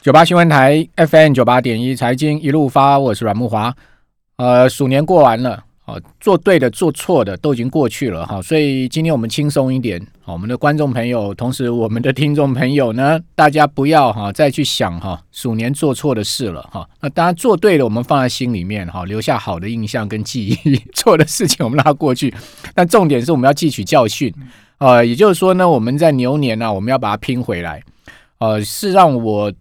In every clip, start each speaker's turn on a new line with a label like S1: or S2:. S1: 九八新闻台 FM 九八点一财经一路发，我是阮木华。呃，鼠年过完了，哦，做对的、做错的都已经过去了哈、所以今天我们轻松一点，哦好、我们的观众朋友，同时我们的听众朋友呢，大家不要哈、再去想哈、鼠年做错的事了哈、那当然做对的，我们放在心里面哈、留下好的印象跟记忆； 错的事情我们让它过去，但重点是我们要汲取教训。呃，也就是说呢，我们在牛年呢、啊我们要把它拼回来。呃，是让我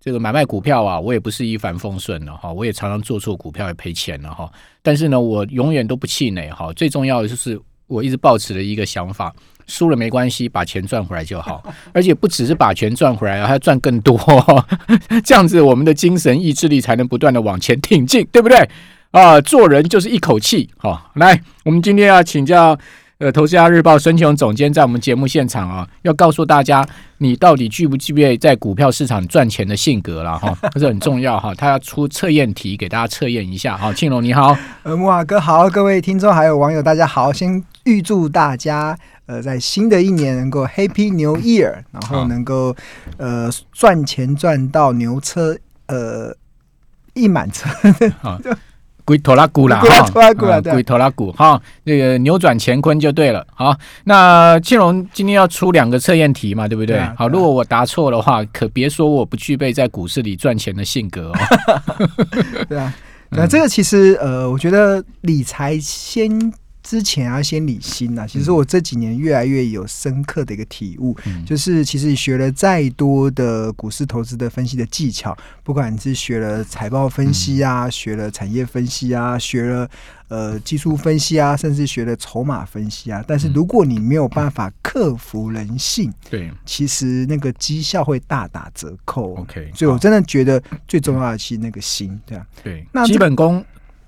S1: 这个买卖股票啊，我也不是一帆风顺的哈，我也常常做错股票也赔钱了哈。但是呢，我永远都不气馁哈。最重要的就是我一直抱持的一个想法：输了没关系，把钱赚回来就好。而且不只是把钱赚回来，啊还要赚更多， 这样子我们的精神意志力才能不断的往前挺进，对不对？啊、做人就是一口气。好、来，我们今天要请教呃《投资家日报》孙琼总监在我们节目现场啊，要告诉大家你到底具不具备在股票市场赚钱的性格了 哈，这很重要哈。他要出测验题给大家测验一下。好，庆龙你好，
S2: 呃，木瓦哥好，各位听众还有网友大家好，先预祝大家呃在新的一年能够 Happy New Year，然
S1: 好
S2: 后能够呃赚钱赚到牛车呃一满车，
S1: 鬼头拉股啦，
S2: 鬼
S1: 哈
S2: 头拉骨啦
S1: 嗯
S2: 对
S1: 鬼头拉股哈，那个扭转乾坤就对了。好，那庆龙今天要出两个测验题嘛，对不对
S2: 对啊？
S1: 好，
S2: 对啊
S1: 如果我答错的话，可别说我不具备在股市里赚钱的性格哦。
S2: 对啊，
S1: 嗯
S2: 那、这个其实呃，我觉得理财先。之前要先理心呐、其实我这几年越来越有深刻的一个体悟，
S1: 嗯
S2: 就是其实学了再多的股市投资的分析的技巧，不管你是学了财报分析啊，
S1: 嗯
S2: 学了产业分析啊，学了呃技术分析啊，甚至学了筹码分析啊，
S1: 嗯
S2: 但是如果你没有办法克服人性，
S1: 对
S2: 其实那个绩效会大打折扣。哦
S1: ，OK，
S2: 所以我真的觉得最重要的是那个心，对啊，
S1: 对，
S2: 那
S1: 基
S2: 这个
S1: 本功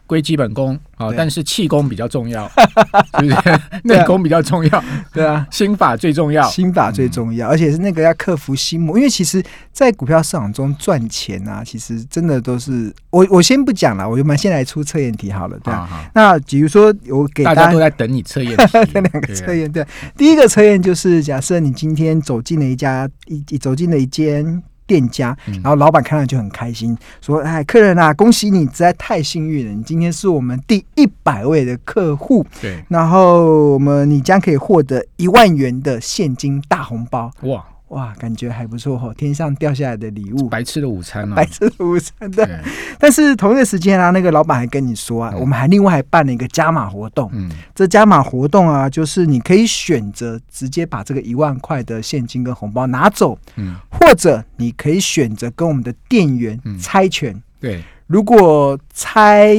S1: 归基本功啊，
S2: 对
S1: 但是气功比较重 要，是不是？ 内功比较重要，
S2: 对啊，
S1: 心法最重要。
S2: 心法最重要，而且是那个要克服心魔，因为其实，在股票市场中赚钱啊，其实真的都是我我先不讲了，我们先来出测验题好了，对、
S1: 啊
S2: 啊。
S1: 哈，
S2: 那比如说，我给
S1: 大
S2: 家
S1: 家都在等你测验 啊题，这
S2: 两个测验，对，啊第一个测验就是假设你今天走进了一家一一走进了一间。店家，
S1: 嗯
S2: 然后老板看了就很开心，说：“哎，客人啊，恭喜你，实在太幸运了，你今天是我们第一百位的客户，
S1: 对，
S2: 然后我们你将可以获得一万元的现金大红包。”
S1: 对哇，
S2: 哇，感觉还不错哦，天上掉下来的礼物，
S1: 白吃的午餐啊，
S2: 白吃的午餐
S1: 对
S2: 的。，但是同一个时间啊，那个老板还跟你说啊，
S1: 嗯
S2: 我们还另外还办了一个加码活动。
S1: 嗯，
S2: 这加码活动啊，就是你可以选择直接把这个一万块的现金跟红包拿走，
S1: 嗯，
S2: 或者你可以选择跟我们的店员
S1: 嗯
S2: 猜拳。
S1: 对，
S2: 如果猜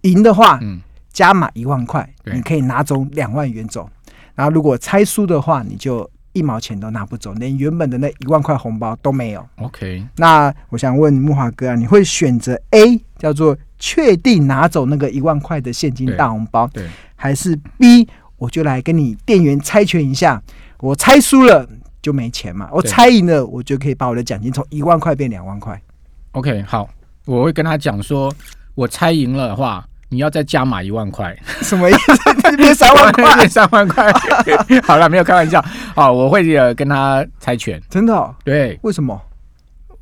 S2: 赢的话，
S1: 嗯，
S2: 加码一万块，
S1: 对
S2: 你可以拿走两万元走。然后如果猜输的话，你就一毛钱都拿不走，连原本的那一万块红包都没有。
S1: ，OK，
S2: 那我想问木华哥啊，你会选择 A 叫做确定拿走那个一万块的现金大红包，
S1: 对，
S2: 还是 B 我就来跟你店员猜拳一下，我猜输了就没钱嘛，我
S1: 对
S2: 猜赢了我就可以把我的奖金从一万块变两 万块。
S1: OK，好，我会跟他讲说，我猜赢了的话，你要再加码一万 块，
S2: 什么意思？这边三万块，
S1: 三万块。 好了，没有开玩笑。好，我会呃跟他猜拳。
S2: 真的、哦？
S1: 对，
S2: 为什么？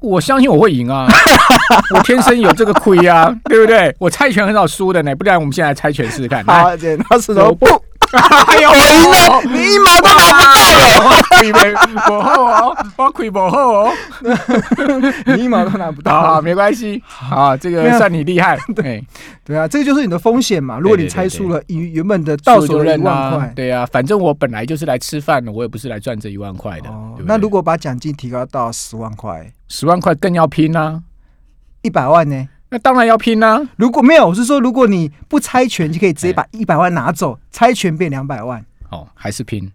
S1: 我相信我会赢啊，我天生有这个亏啊，对不对？我猜拳很少输的呢，不然我们现在来猜拳试试看。来，
S2: 好，剪刀石
S1: 我
S2: 头布，
S1: 哎呦，
S2: 我赢了，你一毛都拿不
S1: 我亏没不厚哦，我亏不厚哦。
S2: 到，你一毛都拿不
S1: 好
S2: 到
S1: 好，。没关系，好，这
S2: 没
S1: 个
S2: 有
S1: 算你厉害。哎对，
S2: 对啊，这个就是你的风险嘛。如果你猜输了，原原本的到
S1: 到手
S2: 手的一
S1: 认
S2: 万
S1: 啊
S2: 块，，
S1: 对啊，反正我本来就是来吃饭的，我也不是来赚这一万块的。
S2: 哦
S1: 对，不
S2: 那
S1: 对
S2: 如果把奖金提高到十万块，
S1: 十万块更要拼啦、
S2: 一百万呢？
S1: 那当然要拼啊啦、
S2: 如果没有，我是说，如果你不猜拳，就可以
S1: 哎
S2: 直接把一百万拿走，猜拳变两百万。
S1: 哦，还是 拼。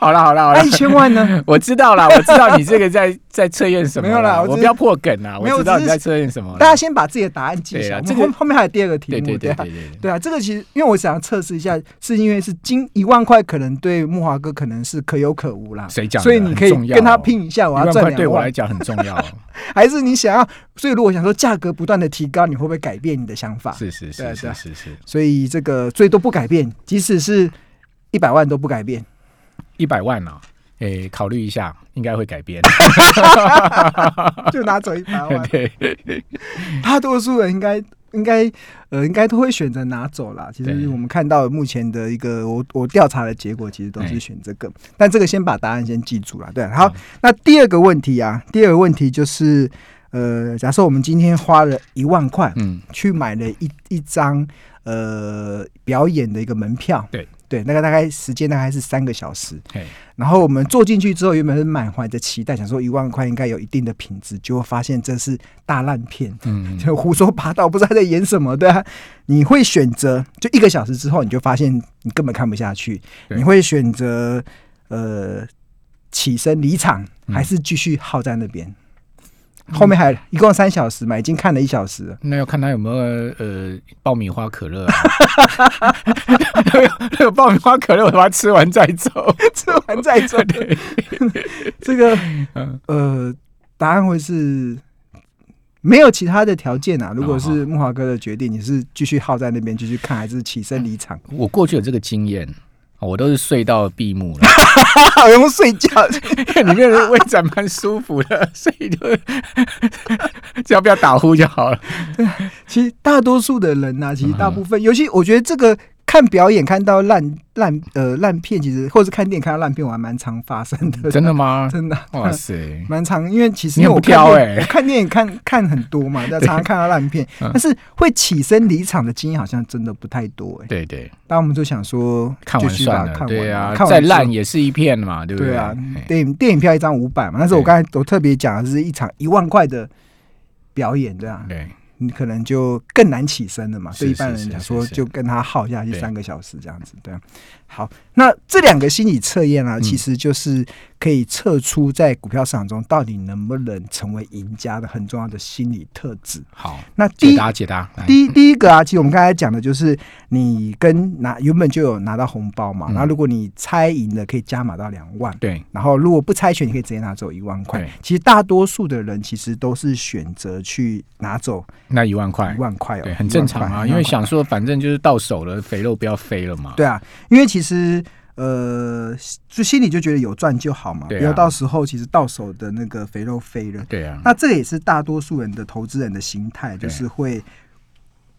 S1: 好了好了好
S2: 那
S1: 了
S2: 一，千 万呢？
S1: 我知道 啦，我知道你这个在在测验什么。
S2: 没有啦我
S1: 我
S2: 只是
S1: 不要破梗啦，我
S2: 没有
S1: 知道
S2: 我只是
S1: 你在测验什么啦。
S2: 大家先把自己的答案记
S1: 对啊
S2: 下。我
S1: 这
S2: 们
S1: 个
S2: 后后面还有第二个题
S1: 对对
S2: 目，
S1: 对对
S2: 对啊。
S1: 对对，
S2: 对啊，这个其实因为我想要测试一下，是因为是金一万块，可能对木华哥可能是可有可无啦，
S1: 谁讲的
S2: 所以你可以
S1: 很重要哦
S2: 跟他拼一下，
S1: 一
S2: 我要
S1: 万
S2: 赚
S1: 块对
S2: 两
S1: 我来
S2: 万，
S1: 讲很重 要哦。
S2: 还是你想要？所以如果想说价格不断的提高，你会不会改变你的想法？
S1: 是是
S2: 对
S1: 是
S2: 啊对
S1: 是
S2: 啊
S1: 是是，
S2: 所 以这个最多不改变，即使是一百万都不改变。
S1: 一百万啊，诶、考虑一下，应该会改 变。
S2: 就拿走一百万。
S1: 对，
S2: 大多数人应该应该呃应该都会选择拿走啦。其
S1: 对
S2: 实我们看到目前的一个我我调查的结果，其实都
S1: 哎
S2: 是选这个。但这个先把答案先记住了。对，啊好
S1: 好，
S2: 那第二个问题啊，第二个问题就是呃，假设我们今天花了一万块，
S1: 嗯，
S2: 去买了一一张呃表演的一个门票，
S1: 对
S2: 对，那个大概时间大概是三个小时。
S1: 嘿，
S2: 然后我们坐进去之后，原本是满怀着期待，想说一万块应该有一定的品质，结果发现这是大烂片，
S1: 嗯，
S2: 就胡说八道，不知道在演什么，对啊。你会选择就一个小时之后，你就发现你根本看不下去，
S1: 对
S2: 你会选择呃起身离场，
S1: 嗯
S2: 还是继续耗在那边？后面还一共三小时嘛，已经看了一小时了。
S1: 那要看他有没有呃爆米花可乐、啊， 那个爆米花可乐，我把它吃完再走。
S2: 吃完再走。 这个
S1: 嗯
S2: 呃，答案会是没有其他的条件啊。如
S1: 哦
S2: 果是木华哥的决定，你是继续耗在那边继续看，还是起身离 场？
S1: 我过去有这个经验，哦我都是睡到闭幕了。
S2: 好用睡觉，
S1: 里面的位置还蛮舒服的， 所以就只要不要打呼就好了。
S2: 其实大多数的人呐、其实大
S1: 嗯
S2: 部分，尤其我觉得这个看表演看到烂烂呃烂片，其实或者是看电影看到烂片，我还蛮常发生的，
S1: 嗯真的吗？
S2: 真的 啊
S1: 哇塞！
S2: 蛮长，因为其实
S1: 你
S2: 因
S1: 很
S2: 为
S1: 不
S2: 我看
S1: 挑
S2: 电
S1: 欸
S2: 我 看电影看看很 多嘛，但常常看到烂片，
S1: 嗯
S2: 但是会起身离场的经验好像真的不太多哎、欸。
S1: 对对，
S2: 那我们就想说，
S1: 看完
S2: 就去把
S1: 算
S2: 它
S1: 了，
S2: 看完
S1: 对啊
S2: 看，完
S1: 再
S2: 就
S1: 烂也是一片嘛，对不
S2: 对啊
S1: 嘿。
S2: 电影电影票一张五百嘛，但是我
S1: 对
S2: 刚才我特别讲的是一场一万块的表演，对啊，
S1: 对，
S2: 你可能就更难起身了嘛。
S1: 是
S2: 对一般
S1: 是
S2: 人
S1: 是
S2: 讲
S1: 是
S2: 说，
S1: 是
S2: 就跟他耗下去
S1: 对
S2: 三个小时这样子，对啊。好，那这两个心理测验啊，
S1: 嗯
S2: 其实就是可以测出在股票市场中到底能不能成为赢家的很重要的心理特质。
S1: 好，
S2: 那第
S1: 解
S2: 一
S1: 答解答。来
S2: 第一第一个啊，其实我们刚才讲的就是你跟拿原本就有拿到红包嘛，
S1: 嗯
S2: 然后如果你猜赢了，可以加码到两万。
S1: 对
S2: 然后如果不猜拳，你可以直接拿走一万块
S1: 对。
S2: 其实大多数的人其实都是选择去拿走
S1: 那一万块
S2: 一，万块哦，
S1: 对，很正常
S2: 一万
S1: 啊，
S2: 块
S1: 因为。
S2: 一万块
S1: 想说反正就是到手了，肥肉不要飞了嘛。
S2: 对啊，因为其实呃，就心里就觉得有赚就好嘛，不
S1: 对啊
S2: 要到时候其实到手的那个肥肉飞了。
S1: 对啊，
S2: 那这也是大多数人的投资人的心态，
S1: 对
S2: 就是会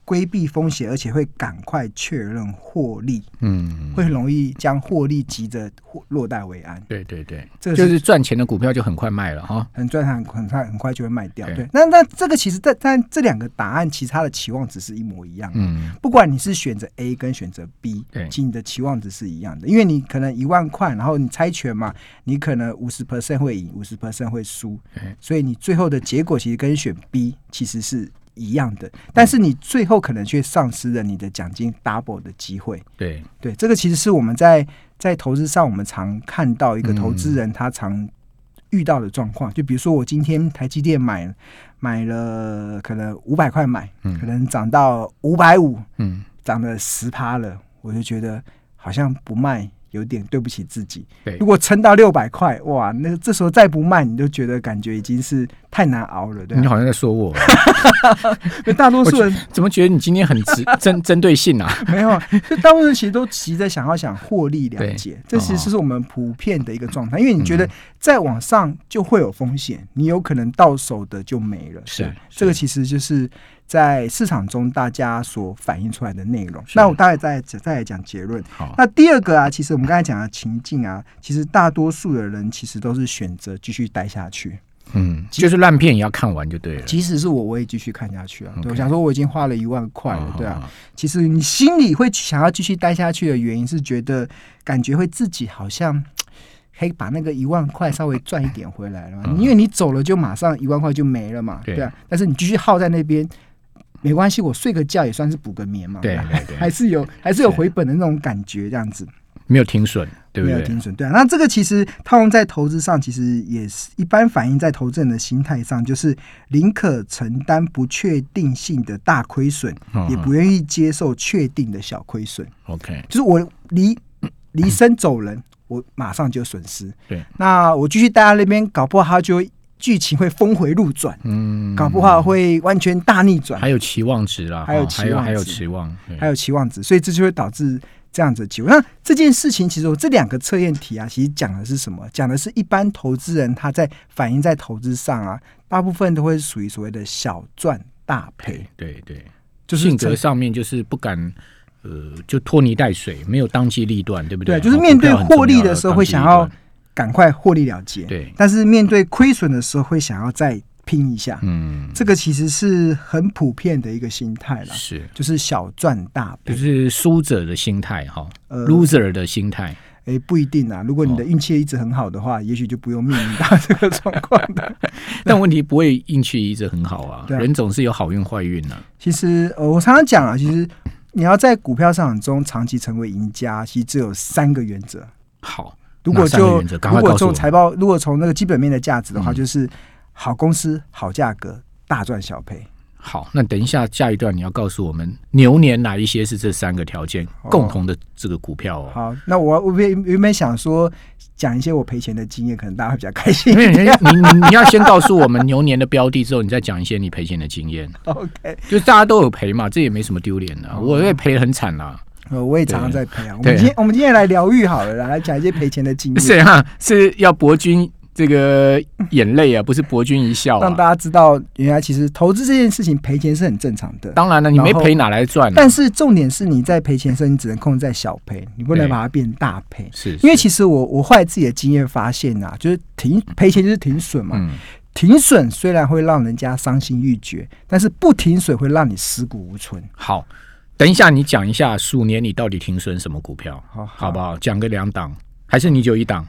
S2: 规避风险，而且会赶快确认获利，
S1: 嗯，
S2: 会很容易将获利急着获落袋为安。
S1: 对对对，
S2: 这个
S1: 就是是赚钱的股票就很快卖了哈。
S2: 很赚，很很快很快就会卖掉。
S1: 对
S2: 对，那那这个其实但但这两个答案，其实它的期望值是一模一样的。
S1: 嗯，
S2: 不管你是选择 A 跟选择 B，
S1: 对
S2: 其实你的期望值是一样的，因为你可能一万块，然后你猜拳嘛，你可能五十 percent 会赢，五十 percent 会输
S1: 对，
S2: 所以你最后的结果其实跟选 B 其实是一样的，但是你最后可能却丧失了你的奖金 double 的机会。
S1: 对，
S2: 对，这个其实是我们在在投资上我们常看到一个投资人他常遇到的状况，就比如说我今天台积电买买了可能五百块买，
S1: 嗯
S2: 可能涨到五百五，
S1: 嗯，
S2: 涨了十趴了，我就觉得好像不卖有点对不起自己。
S1: 对
S2: 如果撑到六百块，哇，那这时候再不卖，你就觉得感觉已经是太难熬了，对啊
S1: 你
S2: 吧、
S1: 好像在说我，
S2: 因为大多数人
S1: 怎么觉得你今天很 直针针对性啊？
S2: 没有，就大部分人其实都急着想要想获利了结，这
S1: 对哦嗯
S2: 其实是我们普遍的一个状态，因为你觉得再往上就会有风险，你有可能到手的就没了。
S1: 是
S2: 对
S1: 是
S2: 这个，其实就是在市场中大家所反映出来的内容。
S1: 是
S2: 那我大概再再来讲结论。
S1: 好，
S2: 那第二个啊，其实我们刚才讲的情境啊，其实大多数的人其实都是选择继续待下去。
S1: 嗯，就是烂片也要看完就对了。
S2: 即使是我，我也继续看下去啊。
S1: OK
S2: 对，我想说我已经花了一万块
S1: 好
S2: 了，对啊。，
S1: 好好
S2: 其实你心里会想要继续待下去的原因是觉得感觉会自己好像可以把那个一万块稍微赚一点回来了嘛，
S1: 嗯
S2: 因为你走了就马上一万块就没了嘛，
S1: 对
S2: 对啊。但是你继续耗在那边，没关系，我睡个觉也算是补个眠嘛，
S1: 哦对
S2: 啊
S1: 对对
S2: 还是有还是有
S1: 是
S2: 回本的那种感觉，这样子。
S1: 没有停损，对不
S2: 没有
S1: 对？
S2: 停损，对啊。那这个其实套用在投资上，其实也是一般反映在投资人的心态上，就是宁可承担不确定性的大亏损，
S1: 嗯
S2: 也不愿意接受确定的小亏损。
S1: OK，
S2: 就是我离离身走人，我马上就损失。
S1: 对，
S2: 那我继续待在那边，搞不好它就会剧情会峰回路转，
S1: 嗯，
S2: 搞不好会完全大逆转，
S1: 还有期望值啦，
S2: 还有
S1: 哦
S2: 期
S1: 还有
S2: 望
S1: 还有
S2: 值
S1: 期望，对
S2: 还有期望值，所以这就会导致。这样子的机会。那这件事情，其实我这两个测验题啊，其实讲的是什么？讲的是一般投资人他在反映在投资上啊，大部分都会属于所谓的小赚大赔，
S1: 对对，
S2: 就是
S1: 性格上面就是不敢。呃，就拖泥带水，没有当机立断，对不
S2: 对，
S1: 对？
S2: 就是
S1: 好
S2: 面
S1: 股
S2: 对
S1: 票很重
S2: 获利
S1: 要
S2: 的时候会想要赶快获利了结，
S1: 对
S2: 但是面对亏损的时候会想要再拼一下，
S1: 嗯，
S2: 这个其实是很普遍的一个心态啦，
S1: 是，
S2: 就是小赚大
S1: 就
S2: 赔。
S1: 是输者的心态哈
S2: 呃
S1: ，loser 的心态。
S2: 哎，不一定啊，如果你
S1: 哦
S2: 的运气一直很好的话，也许就不用面临到这个状况的。
S1: 但问题不会运气一直很好啊，
S2: 对啊
S1: 人总是有好运坏运啊呐。
S2: 其实，呃，我常常讲啊，其实你要在股票市场中长期成为赢家，其实只有三个原则。
S1: 好，
S2: 如果
S1: 哪三个
S2: 就
S1: 原则赶快
S2: 如果
S1: 告诉
S2: 从
S1: 我
S2: 财报，如果从那个基本面的价值的话，
S1: 嗯
S2: 就是好公司、好价格、大赚小赔。
S1: 好，那等一下下一段你要告诉我们牛年哪一些是这三个条件
S2: 哦
S1: 共同的这个股票哦。
S2: 好，那我我原原本想说讲一些我赔钱的经验，可能大家会比较开心
S1: 因。为你你你你要先告诉我们牛年的标的之后，你再讲一些你赔钱的经验，
S2: OK，
S1: 就是大家都有赔嘛，这也没什么丢脸
S2: 哦
S1: 的。啊我也赔得很惨啊啦，
S2: 呃，我也常常在赔啊。我
S1: 对
S2: 们今天我们今天来疗愈好了啦，来讲一些赔钱的经验，
S1: 是啊， 是要博君这个眼泪啊，不是博君一笑
S2: 让
S1: 啊。
S2: 大家知道原来其实投资这件事情赔钱是很正常的。
S1: 当然了，你没
S2: 然后
S1: 赔哪来赚啊？
S2: 但是重点是你在赔钱的时候，你只能控制在小赔，你不能
S1: 对
S2: 把它变大赔。
S1: 是
S2: 因为
S1: 是
S2: 其实我我后来自己的经验发现啊，就是停赔钱就是停损嘛，
S1: 嗯，
S2: 停损虽然会让人家伤心欲绝，但是不停损会让你尸骨无存。
S1: 好，等一下你讲一下鼠年你到底停损什么股票，
S2: 好
S1: 好不好？讲个两档，还是你就一档？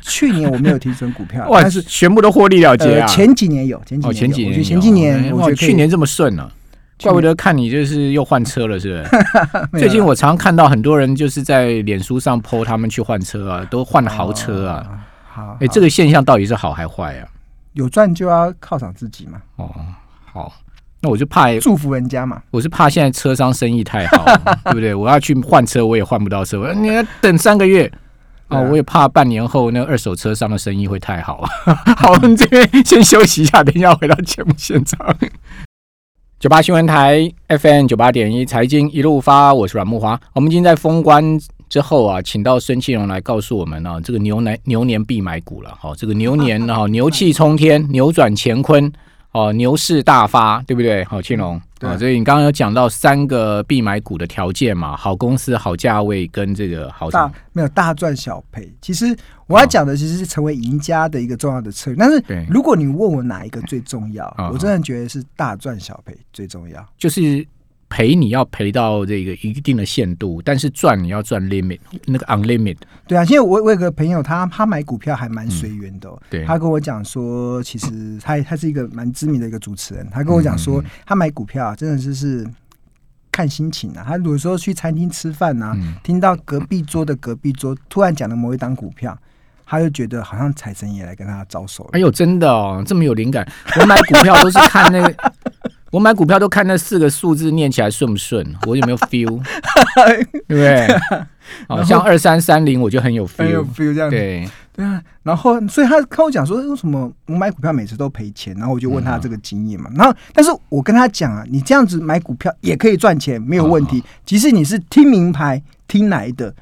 S2: 去年我没有停损股票，
S1: 哇，
S2: 啊但是
S1: 全部都获利了结
S2: 呃
S1: 啊！
S2: 前几年有，前几
S1: 哦，前几
S2: 年有，我
S1: 年有
S2: 觉得前几
S1: 哎
S2: 年我
S1: 哇
S2: 觉得可以
S1: 去年这么顺呢、
S2: 去
S1: 怪
S2: 年
S1: 不得看你就是又换车了，是不是？
S2: 没有
S1: 最近我常看到很多人就是在脸书上 po 他们去换车啊，都换豪车啊。
S2: 哦好，
S1: 哎、这
S2: 个
S1: 个现象到底是好还坏啊？
S2: 有赚就要犒赏自己嘛，
S1: 哦，好，那我就怕
S2: 祝福人家嘛。
S1: 我是怕现在车商生意太 好，对不对？我要去换车，我也换不到车，我你要等三个月。
S2: 对
S1: 哦，
S2: 啊
S1: 我也怕半年后那二手车商的生意会太好。 好，我们这边先休息一下，等一下回到节目现场。九八新闻台 FM 九八点一财经一路发，我是阮木华。我们今天在封关之后啊，请到孙庆荣来告诉我们啊，这个牛年牛年必买股了。哦好、这个牛 年哈、牛气冲天，扭转乾坤，哦，牛市大发，对不对？好、庆荣
S2: 对
S1: 啊，所以你刚刚有讲到三个必买股的条件嘛，好公司、好价位跟这个好什
S2: 大
S1: 么
S2: 没有大赚小赔。其实我要讲的其实是成为赢家的一个重要的策略。但
S1: 对
S2: 是如果你问我哪一个最重要
S1: 嗯，
S2: 我真的觉得是大赚小赔最重要。
S1: 就是赔你要赔到这个一定的限度，但是赚你要赚 limit 那个 unlimit，
S2: 对啊，因为我我有个朋友他，他买股票还蛮随缘的、哦
S1: 嗯对
S2: 他跟我讲说，其实他他是一个蛮知名的一个主持人，他跟我讲
S1: 嗯
S2: 说，他买股票、啊、真的就是看心情啊。他有时候去餐厅吃饭啊，
S1: 嗯
S2: 听到隔壁桌的隔壁桌突然讲了某一档股票，他就觉得好像财神也来跟他招手了。
S1: 哎呦，真的哦，这么有灵感！我买股票都是看那个， 我买股票都看那四个数字念起来顺不顺，我有没有 feel，对不对？哦，像二三三零我就很有
S2: 很有
S1: feel，
S2: feel 这样子，
S1: 对，
S2: 对啊。然后，所以他跟我讲说，为什么我买股票每次都赔钱？然后我就问
S1: 嗯
S2: 他这个经验嘛。然后，但是我跟他讲啊，你这样子买股票也可以赚钱，没有问
S1: 啊
S2: 题。即使你是听名牌、听来的，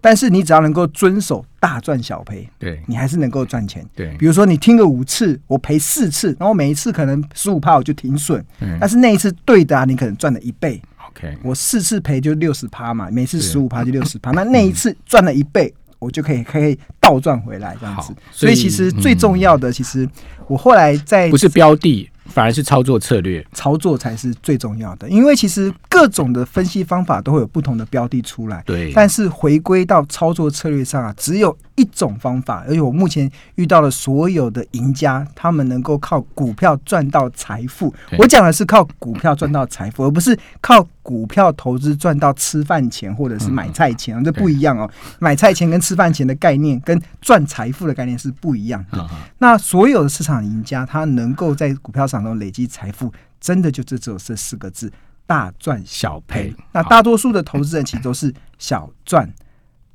S2: 但是你只要能够遵守大赚小赔，
S1: 对，
S2: 你还是能够赚钱。
S1: 对，
S2: 比如说，你听个五次，我赔四次，然后每一次可能十五趴我就停损，
S1: 嗯
S2: 但是那一次对的啊，你可能赚了一倍。
S1: ，OK，
S2: 我四次赔就六十趴嘛，每次
S1: 是
S2: 十五趴就六十
S1: 嗯
S2: 趴，那那一次赚了一倍，我就可以可以倒赚回来这样子
S1: 好。所
S2: 所
S1: 以嗯
S2: 以其实最重要的，其实我后来在
S1: 不是标的，反而是操作策略，
S2: 操作才是最重要的，因为其实各种的分析方法都会有不同的标的出来。
S1: 对，
S2: 但是回归到操作策略上啊，只有一种方法，而且我目前遇到了所有的赢家，他们能够靠股票赚到财富
S1: 对。
S2: 我讲的是靠股票赚到财富，而不是靠股票投资赚到吃饭钱或者是买菜钱啊，
S1: 嗯
S2: 这不一样哦。买菜钱跟吃饭钱的概念，跟赚财富的概念是不一样的。
S1: 啊哈
S2: 那所有的市场赢家，他能够在股票市场中累积财富，真的就这只有这四个字：大赚
S1: 小
S2: 赔
S1: 赔。，
S2: 那
S1: 嗯好
S2: 大多数的投资人其实都是小赚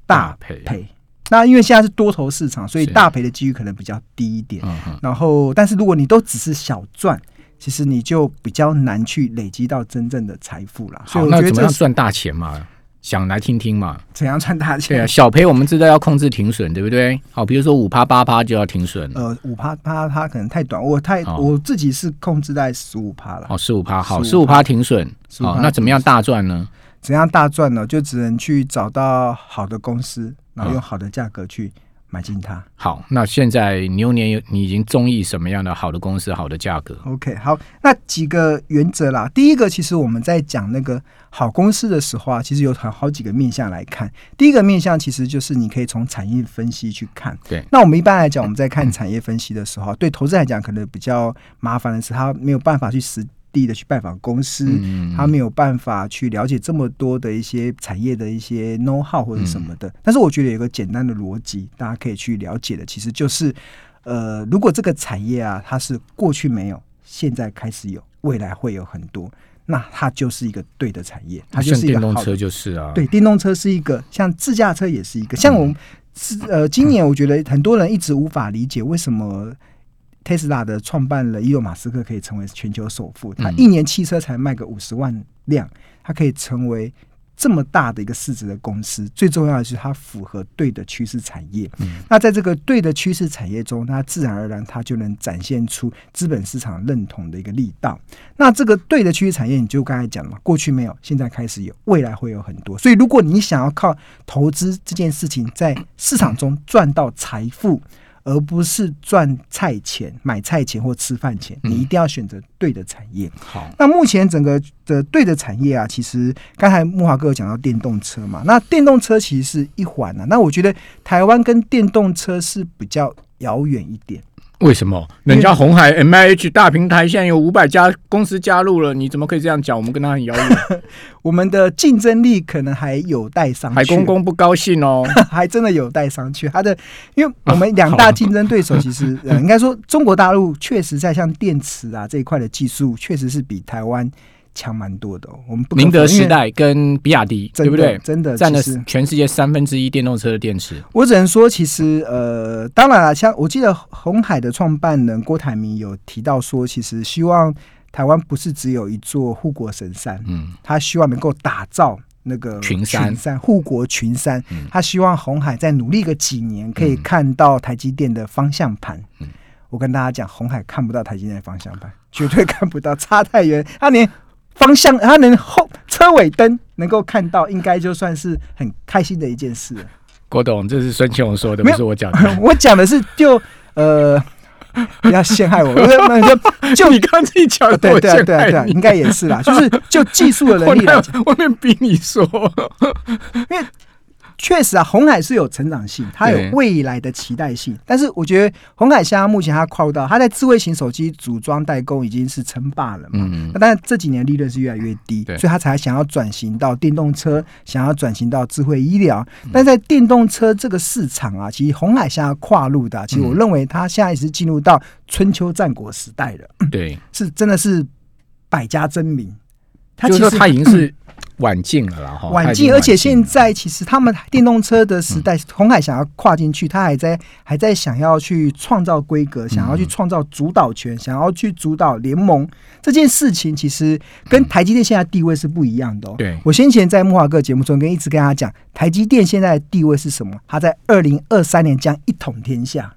S2: 大
S1: 赔，
S2: 赔。那因为现在是多头市场，所以
S1: 是
S2: 大赔的几率可能比较低一点。
S1: 嗯哼，
S2: 然后，但是如果你都只是小赚，其实你就比较难去累积到真正的财富啦。所
S1: 好，
S2: 以我
S1: 那
S2: 觉得
S1: 怎么
S2: 这
S1: 样
S2: 是
S1: 赚大钱嘛？想来听听嘛。
S2: 怎样赚大
S1: 对啊，
S2: 钱？
S1: 小赔我们知道要控制停损，对不对？好，比如说五趴八趴就要停损，
S2: 呃，五趴趴它可能太短，我太、
S1: 哦
S2: 我自己是控制在十五趴了。
S1: 哦，十五趴，好，十五
S2: 15%
S1: 趴停损，
S2: 15%
S1: 好，那怎么样大赚呢？
S2: 怎样大赚呢？就只能去找到好的公司，然
S1: 啊
S2: 后用好的价格去买进它。
S1: 好，那现在牛年你已经中意什么样的好的公司、好的价格？
S2: OK，好，那几个原则啦。第一个，其实我们在讲那个好公司的时候啊，其实有好好几个面向来看。第一个面向其实就是你可以从产业分析去看。
S1: 对嗯
S2: 那我们一般来讲，我们在看产业分析的时候啊，对投资人来讲可能比较麻烦的是，他没有办法去实地的去拜访公司，
S1: 嗯
S2: 他没有办法去了解这么多的一些产业的一些 know how 或者什么的。
S1: 嗯
S2: 但是我觉得有一个简单的逻辑，大家可以去了解的，其实就是，呃，如果这个产业啊，它是过去没有，现在开始有，未来会有很多，那它就是一个对的产业，它就
S1: 像
S2: 是一
S1: 电
S2: 个
S1: 动
S2: 好的
S1: 车就是啊，
S2: 对，电动车是一个，像自驾车也是一个，像我们是呃，今年我觉得很多人一直无法理解为什么。特斯拉的创办人伊隆马斯克可以成为全球首富，他
S1: 嗯
S2: 一年汽车才卖个五十万辆，他可以成为这么大的一个市值的公司。最重要的是，它符合对的趋势产业。那在这个对的趋势产业中，它自然而然它就能展现出资本市场认同的一个力道。那这个对的趋势产业，你就刚才讲了嘛，过去没有，现在开始有，未来会有很多。所以，如果你想要靠投资这件事情在市场中赚到财富，而不是赚菜钱、买菜钱或吃饭钱，你一定要选择对的产业。
S1: 好，
S2: 那目前整个的对的产业啊，其实刚才木华哥有讲到电动车嘛，那电动车其实是一环啊。那我觉得台湾跟电动车是比较遥远一点。
S1: 为什么人家红海 M I H 大平台现在有五百家公司加入了，你怎么可以这样讲？我们跟他很遥 远，
S2: 我们的竞争力可能还有待商榷，
S1: 海公公不高兴哦。
S2: 还真的有待商榷。它的，因为我们两大竞争对手 其实，呃，应该说中国大陆确实在像电池啊这一块的技术，确实是比台湾强蛮多的、哦。我们不可
S1: 宁德
S2: 否认
S1: 时，代跟比亚迪，
S2: 真
S1: 对不
S2: 的
S1: 对？
S2: 真的
S1: 占了
S2: 其实
S1: 全世界三分之一电动车的电池。
S2: 我只能说，其实呃，当然了，像我记得红海的创办人郭台铭有提到说，其实希望台湾不是只有一座护国神山，
S1: 嗯，
S2: 他希望能够打造那个
S1: 群山嗯
S2: 护国群山。他希望红海再努力个几年，可以看到台积电的方向盘。
S1: 嗯
S2: 我跟大家讲，红海看不到台积电的方向盘，绝对看不到，差太远。他连方向，他连后车尾灯能够看到，应该就算是很开心的一件 事了。
S1: 郭董，这是孙庆荣说的，
S2: 没
S1: 不
S2: 有
S1: 是我讲 的。
S2: 我讲的是就呃， 不要陷害我， 我那就就
S1: 就你刚自己讲的，
S2: 对
S1: 我
S2: 对啊对啊对啊，应该也是啦，就是就技术的能
S1: 我
S2: 力
S1: 哪
S2: 来
S1: 有
S2: 讲，
S1: 外面逼你 说？
S2: 确实啊，红海是有成长性，它
S1: 对
S2: 有未来的期待性。但是我觉得红海现在目前它跨入到它在智慧型手机组装代工已经是称霸了嘛，
S1: 嗯，
S2: 那当然这几年利润是越来越低，
S1: 对
S2: 所以他才想要转型到电动车，想要转型到智慧医疗。
S1: 嗯
S2: 但在电动车这个市场啊，其实红海现在跨入的啊、其实
S1: 嗯
S2: 我认为它现在是进入到春秋战国时代了，
S1: 对，
S2: 是真的是百家争鸣。它
S1: 就
S2: 其
S1: 是说
S2: 实
S1: 他已经是晚进了啦，哈，他
S2: 晚
S1: 已经
S2: 进，而且现
S1: 了
S2: 在其实他们电动车的时
S1: 嗯
S2: 代，红海想要跨进去，他还在还在想要去创造规格，
S1: 嗯
S2: 想要去创造主导权，想要去主导联盟这件事情，其实跟台积电现在地位是不一样的、哦。
S1: 嗯对
S2: 我先前在木华哥节目中跟一直跟他讲，台积电现在的地位是什么？它在二零二三年将一统 天下。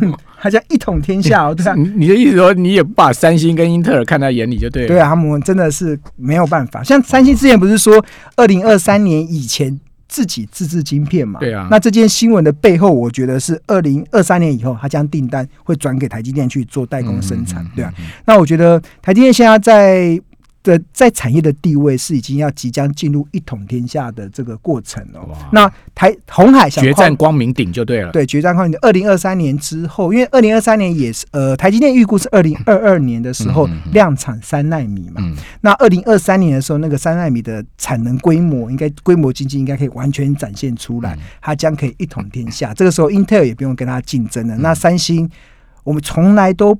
S2: 嗯它将一统天下哦，对啊，
S1: 你嗯你的意思说你也不把三星跟英特尔看在眼里就对了？
S2: 对啊，他们真的是没有办法。像三星之前不是说二零二三年以前自己自制晶片嘛？
S1: 对啊
S2: 那这件新闻的背后，我觉得是二零二三年以后，它将订单会转给台积电去做
S1: 嗯
S2: 代工生产，对啊。那我觉得台积电现在在。的在产业的地位是已经要即将进入一统天下的这个过程哦
S1: 哇。
S2: 那台红海想
S1: 决
S2: 跨
S1: 战光明顶就对了。
S2: 对，决战抗疫的二零二三年之后，因为二零二三年也是呃，台积电预估是二零二二年的时候
S1: 嗯嗯嗯
S2: 量产三纳米嘛。
S1: 嗯
S2: 那二零二三年的时候，那个三纳米的产能规模应该规模经济应该可以完全展现出来，它将可以一统天下。这个时候，英特尔也不用跟它竞争了。那三星，我们从来都。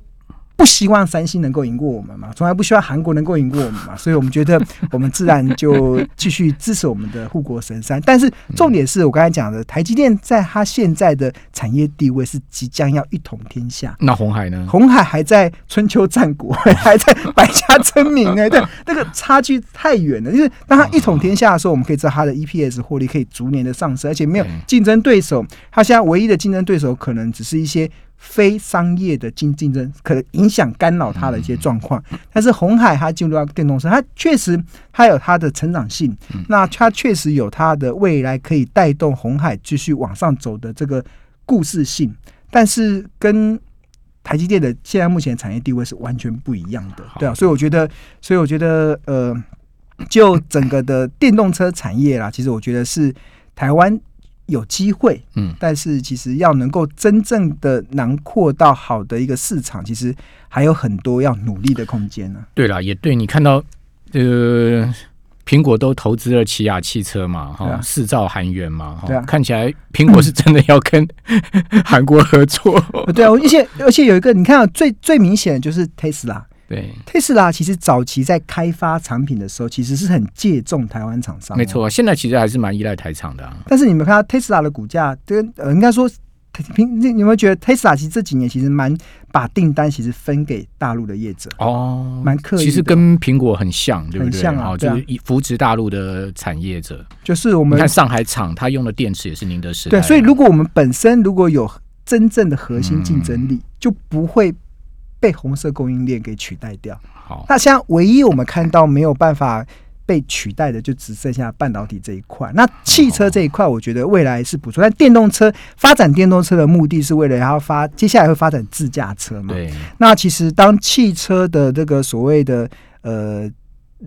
S2: 不希望三星能够赢过我们嘛，从来不希望韩国能够赢过我们嘛，所以我们觉得我们自然就继续支持我们的护国神山。但是重点是我刚才讲的，台积电在它现在的产业地位是即将要一统天下。
S1: 那红海呢？
S2: 红海还在春秋战国，还在百家争鸣哎，但那个差距太远了。就是当它一统天下的时候，我们可以知道它的 EPS 获利可以逐年的上升，而且没有竞争对手。它现在唯一的竞争对手可能只是一些非商业的竞竞争，可能影响干扰它的一些状况。但是红海它进入到电动车，它确实它有它的成长性，那它确实有它的未来可以带动红海继续往上走的这个故事性，但是跟台积电的现在目前产业地位是完全不一样的，对啊，所以我觉得，所以我觉得，呃，就整个的电动车产业啦，其实我觉得是台湾有机会，
S1: 嗯，
S2: 但是其实要能够真正的囊括到好的一个市场，其实还有很多要努力的空间啊呢、
S1: 对了，也对你看到，呃，苹果都投资了起亚汽车嘛，哈、
S2: 对啊
S1: 四兆韩元嘛，哈、
S2: 对啊
S1: 看起来苹果是真的要跟 韩国合 作。
S2: 呃对啊，而且而且有一个，你看、啊、最最明显的就是 Tesla。
S1: 对，
S2: 特斯拉其实早期在开发产品的时候，其实是很借重台湾厂商、
S1: 没。错，啊现在其实还是蛮依赖台厂的、啊。
S2: 但是你们看到 Tesla 的股价，跟呃，应该说，平你有没有觉得 Tesla 其实这几年其实蛮把订单其实分给大陆的业者，
S1: 哦，
S2: 蛮刻意的。
S1: 其实跟苹果很像，对不
S2: 很
S1: 对？
S2: 像啊
S1: 哦
S2: 对
S1: 就
S2: 啊
S1: 是以扶植大陆的产业者。
S2: 就是我
S1: 你
S2: 们
S1: 看上海厂，它用的电池也是宁德时代
S2: 对，
S1: 啊。
S2: 所以如果我们本身如果有真正的核心竞争
S1: 嗯
S2: 力，就不会被红色供应链给取代掉。
S1: 好，
S2: 那现在唯一我们看到没有办法被取代的，就只剩下半导体这一块。那汽车这一块，我觉得未来是不错。但电动车发展电动车的目的是为了要发，接下来会发展自驾车嘛？
S1: 对，
S2: 那其实当汽车的这个所谓的呃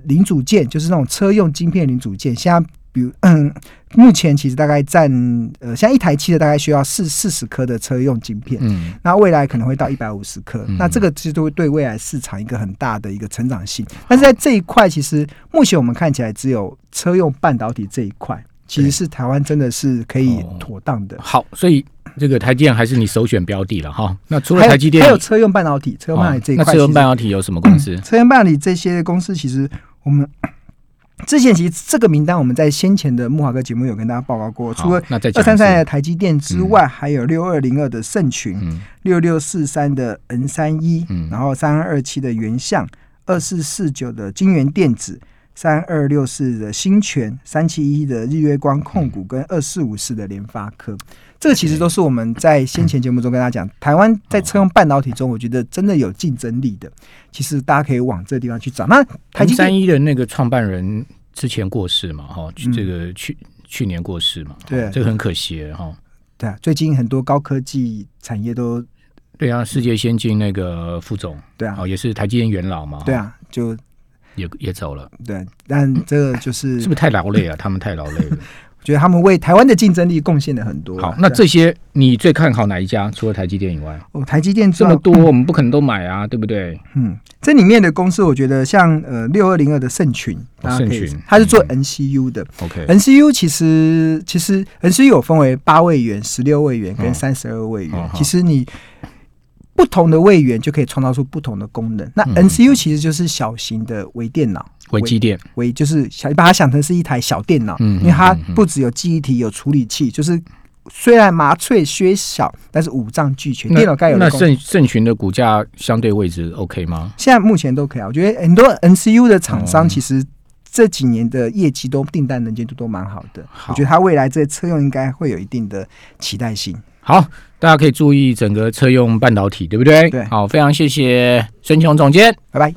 S2: 零组件，就是那种车用晶片零组件，现在比如、 嗯、目前其实大概占呃，现在一台汽车大概需要四四十颗的车用晶片。
S1: 嗯，
S2: 那未来可能会到一百五十克，
S1: 嗯
S2: 那这个其实都会对未来市场一个很大的一个成长性。但是在这一块，其实目前我们看起来只有车用半导体这一块，其实是台湾真的是可以
S1: 哦
S2: 妥当的。
S1: 好，所以这个台积电还是你首选标的了哈。那除了
S2: 还有
S1: 台积电，哦
S2: 还有车用半导体，车用半导体这一
S1: 那
S2: 块，
S1: 车用半导体有什么公司？
S2: 车用办理这些公司，其实我们之前其实这个名单我们在先前的木华哥节目有跟大家报告过，除
S1: 好
S2: 了
S1: 那再讲
S2: 二
S1: 一次
S2: 三三的台积电之外，还有六二零二的盛群、
S1: 嗯，
S2: 六六四三的 N 三一
S1: 嗯，
S2: 然后三二二七的原相，二四四九的金源电子。三二六四的新泉，三七一的日月光控股跟二四五四的联发科，这个其实都是我们在先前节目中跟大家讲，台湾在车用半导体中，我觉得真的有竞争力的，其实大家可以往这地方去找。那台
S1: 台
S2: 积
S1: 积三
S2: 电
S1: 一的那个创办人之前过世嘛，哈，
S2: 嗯
S1: 这个去去年过世嘛，
S2: 对
S1: 这个很可惜哈。
S2: 对啊，最近很多高科技产业都
S1: 对啊，世界先进那个副总
S2: 对啊
S1: 哦，，也是台积电元老嘛，
S2: 对
S1: 哈，
S2: 啊，就
S1: 也也走了，
S2: 对，但这个就是
S1: 是不是太劳 累了？啊他们太劳累了。
S2: 觉得他们为台湾的竞争力贡献了很多啊。
S1: 好，那
S2: 对
S1: 这些你最看好哪一家？除了台积电以外，
S2: 啊哦，台积电之
S1: 这
S2: 外
S1: 么多我们不可能都买啊，对不对？
S2: 嗯，这里面的公司，我觉得像呃六二零二的盛群，
S1: 哦
S2: 大家可以
S1: 盛群
S2: 它是做 NCU 的。
S1: OK，
S2: NCU 其实其实 NCU 有分为八位元、十六位元跟
S1: 嗯
S2: 三十二位元。
S1: 嗯好
S2: 其实你不同的位元就可以创造出不同的功能。那
S1: 嗯
S2: NCU 其实就是小型的微电脑，
S1: 微积电，
S2: 微就是想把它想成是一台小电脑，
S1: 嗯
S2: 因为它
S1: 嗯嗯嗯
S2: 不只有记忆体，有处理器，就是虽然麻雀虽小，但是五脏俱全，
S1: 那
S2: 电脑该有的
S1: 那
S2: 功能。
S1: 盛盛群的股价相对位置 OK 吗？
S2: 现在目前都可以啊。我觉得很多 NCU 的厂
S1: 哦
S2: 商其实这几年的业绩都订单能见度都蛮好的，
S1: 好
S2: 我觉得它未来这些车用应该会有一定的期待性。
S1: 好，大家可以注意整个车用半导体，对不对？
S2: 对
S1: 好，非常谢谢孙琼总监。
S2: 拜拜。